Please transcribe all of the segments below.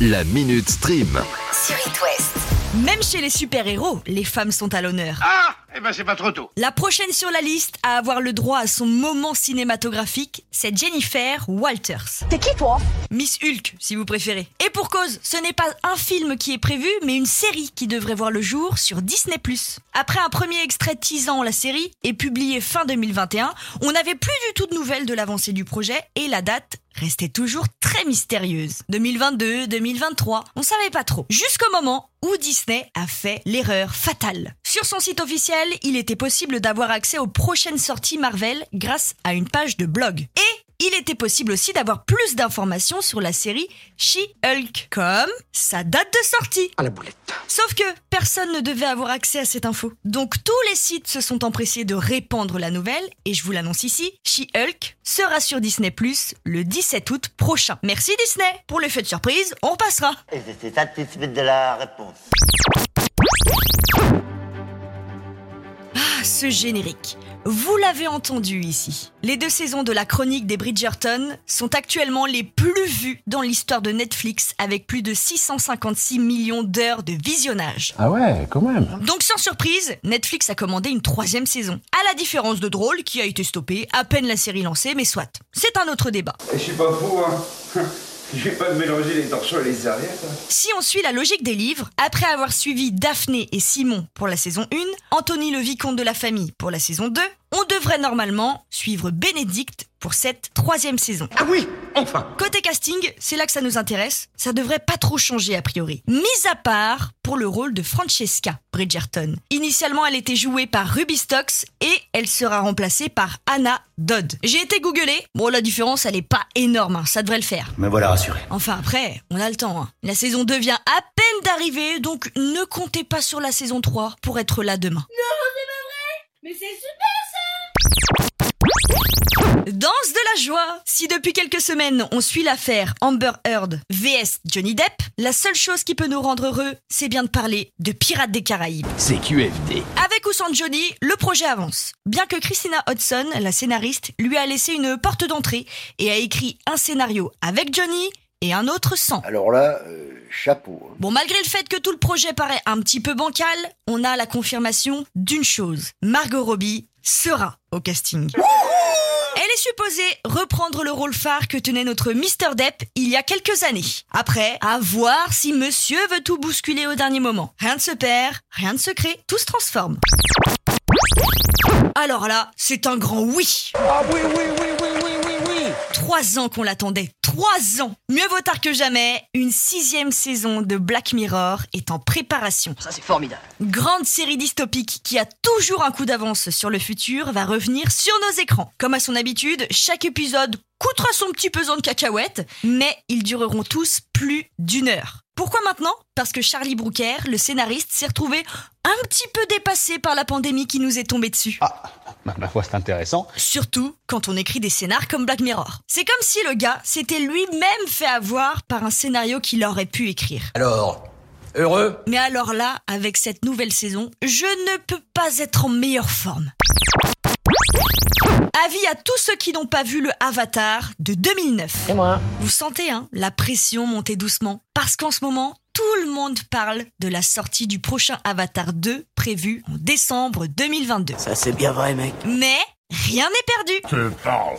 La Minute Stream. sur It West. Même chez les super-héros, les femmes sont à l'honneur. Ah Eh ben c'est pas trop tôt. La prochaine sur la liste à avoir le droit à son moment cinématographique, c'est Jennifer Walters. T'es qui toi Miss Hulk, si vous préférez. Et pour cause, ce n'est pas un film qui est prévu, mais une série qui devrait voir le jour sur Disney+. Après un premier extrait teasant la série et publié fin 2021, on n'avait plus du tout de nouvelles de l'avancée du projet et la date restait toujours très mystérieuse. 2022, 2023, on savait pas trop. Jusqu'au moment où Disney a fait l'erreur fatale. Sur son site officiel, il était possible d'avoir accès aux prochaines sorties Marvel grâce à une page de blog. Et il était possible aussi d'avoir plus d'informations sur la série She-Hulk, comme sa date de sortie. à la boulette. Sauf que personne ne devait avoir accès à cette info. Donc tous les sites se sont empressés de répandre la nouvelle, et je vous l'annonce ici, She-Hulk sera sur Disney ⁇ le 17 août prochain. Merci Disney Pour le fait de surprise, on passera Et j'étais satisfaite de la réponse. Ah, ce générique. Vous l'avez entendu ici. Les deux saisons de la chronique des Bridgerton sont actuellement les plus vues dans l'histoire de Netflix avec plus de 656 millions d'heures de visionnage. Ah ouais, quand même. Donc sans surprise, Netflix a commandé une troisième saison. À la différence de Drôle qui a été stoppée à peine la série lancée, mais soit. C'est un autre débat. Et je suis pas fou, hein. Je vais pas mélanger les torchons et les hein. arrières. Si on suit la logique des livres, après avoir suivi Daphné et Simon pour la saison 1, Anthony le vicomte de la famille pour la saison 2, on devrait normalement suivre Bénédicte pour cette troisième saison. Ah oui, enfin Côté casting, c'est là que ça nous intéresse. Ça devrait pas trop changer a priori. Mis à part pour le rôle de Francesca Bridgerton. Initialement, elle était jouée par Ruby Stocks et elle sera remplacée par Anna Dodd. J'ai été googlée. Bon, la différence, elle est pas énorme. hein. Ça devrait le faire. Me voilà rassuré. Enfin après, on a le temps. hein. La saison 2 vient à peine d'arriver, donc ne comptez pas sur la saison 3 pour être là demain. Non, c'est pas vrai Mais c'est super ça Danse de la joie Si depuis quelques semaines, on suit l'affaire Amber Heard vs Johnny Depp, la seule chose qui peut nous rendre heureux, c'est bien de parler de Pirates des Caraïbes. C'est QFD. Avec ou sans Johnny, le projet avance. Bien que Christina Hodson, la scénariste, lui a laissé une porte d'entrée et a écrit un scénario avec Johnny et un autre sans. Alors là, euh, chapeau. Bon, malgré le fait que tout le projet paraît un petit peu bancal, on a la confirmation d'une chose. Margot Robbie sera au casting. Elle est supposée reprendre le rôle phare que tenait notre Mr. Depp il y a quelques années. Après, à voir si monsieur veut tout bousculer au dernier moment. Rien ne se perd, rien ne se crée, tout se transforme. Alors là, c'est un grand Ah oui. Trois ans qu'on l'attendait. Trois ans Mieux vaut tard que jamais, une sixième saison de Black Mirror est en préparation. Ça, c'est formidable. Grande série dystopique qui a toujours un coup d'avance sur le futur va revenir sur nos écrans. Comme à son habitude, chaque épisode coûtera son petit pesant de cacahuètes, mais ils dureront tous plus d'une heure. Pourquoi maintenant Parce que Charlie Brooker, le scénariste, s'est retrouvé un petit peu dépassé par la pandémie qui nous est tombée dessus. Bah, ma foi, c'est intéressant. Surtout quand on écrit des scénars comme Black Mirror. C'est comme si le gars s'était lui-même fait avoir par un scénario qu'il aurait pu écrire. Alors, heureux Mais alors là, avec cette nouvelle saison, je ne peux pas être en meilleure forme. Avis à tous ceux qui n'ont pas vu le Avatar de 2009. Et moi Vous sentez, hein, la pression monter doucement. Parce qu'en ce moment, tout le monde parle de la sortie du prochain Avatar 2 prévu en décembre 2022. Ça c'est bien vrai mec. Mais rien n'est perdu.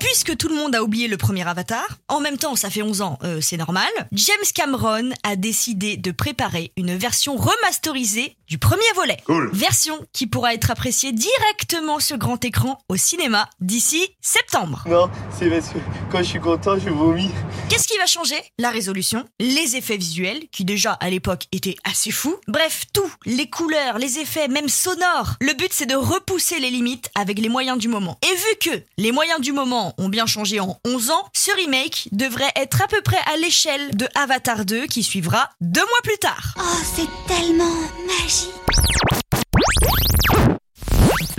Puisque tout le monde a oublié le premier Avatar, en même temps ça fait 11 ans, euh, c'est normal, James Cameron a décidé de préparer une version remasterisée du premier volet. Version qui pourra être appréciée directement sur grand écran au cinéma d'ici septembre. Non, c'est parce que quand je suis content, je vomis. Qu'est-ce qui va changer La résolution, les effets visuels, qui déjà à l'époque étaient assez fous. Bref, tout, les couleurs, les effets, même sonores. Le but c'est de repousser les limites avec les moyens du moment. Et vu que les moyens du moment ont bien changé en 11 ans, ce remake devrait être à peu près à l'échelle de Avatar 2 qui suivra deux mois plus tard. Oh, c'est tellement magique.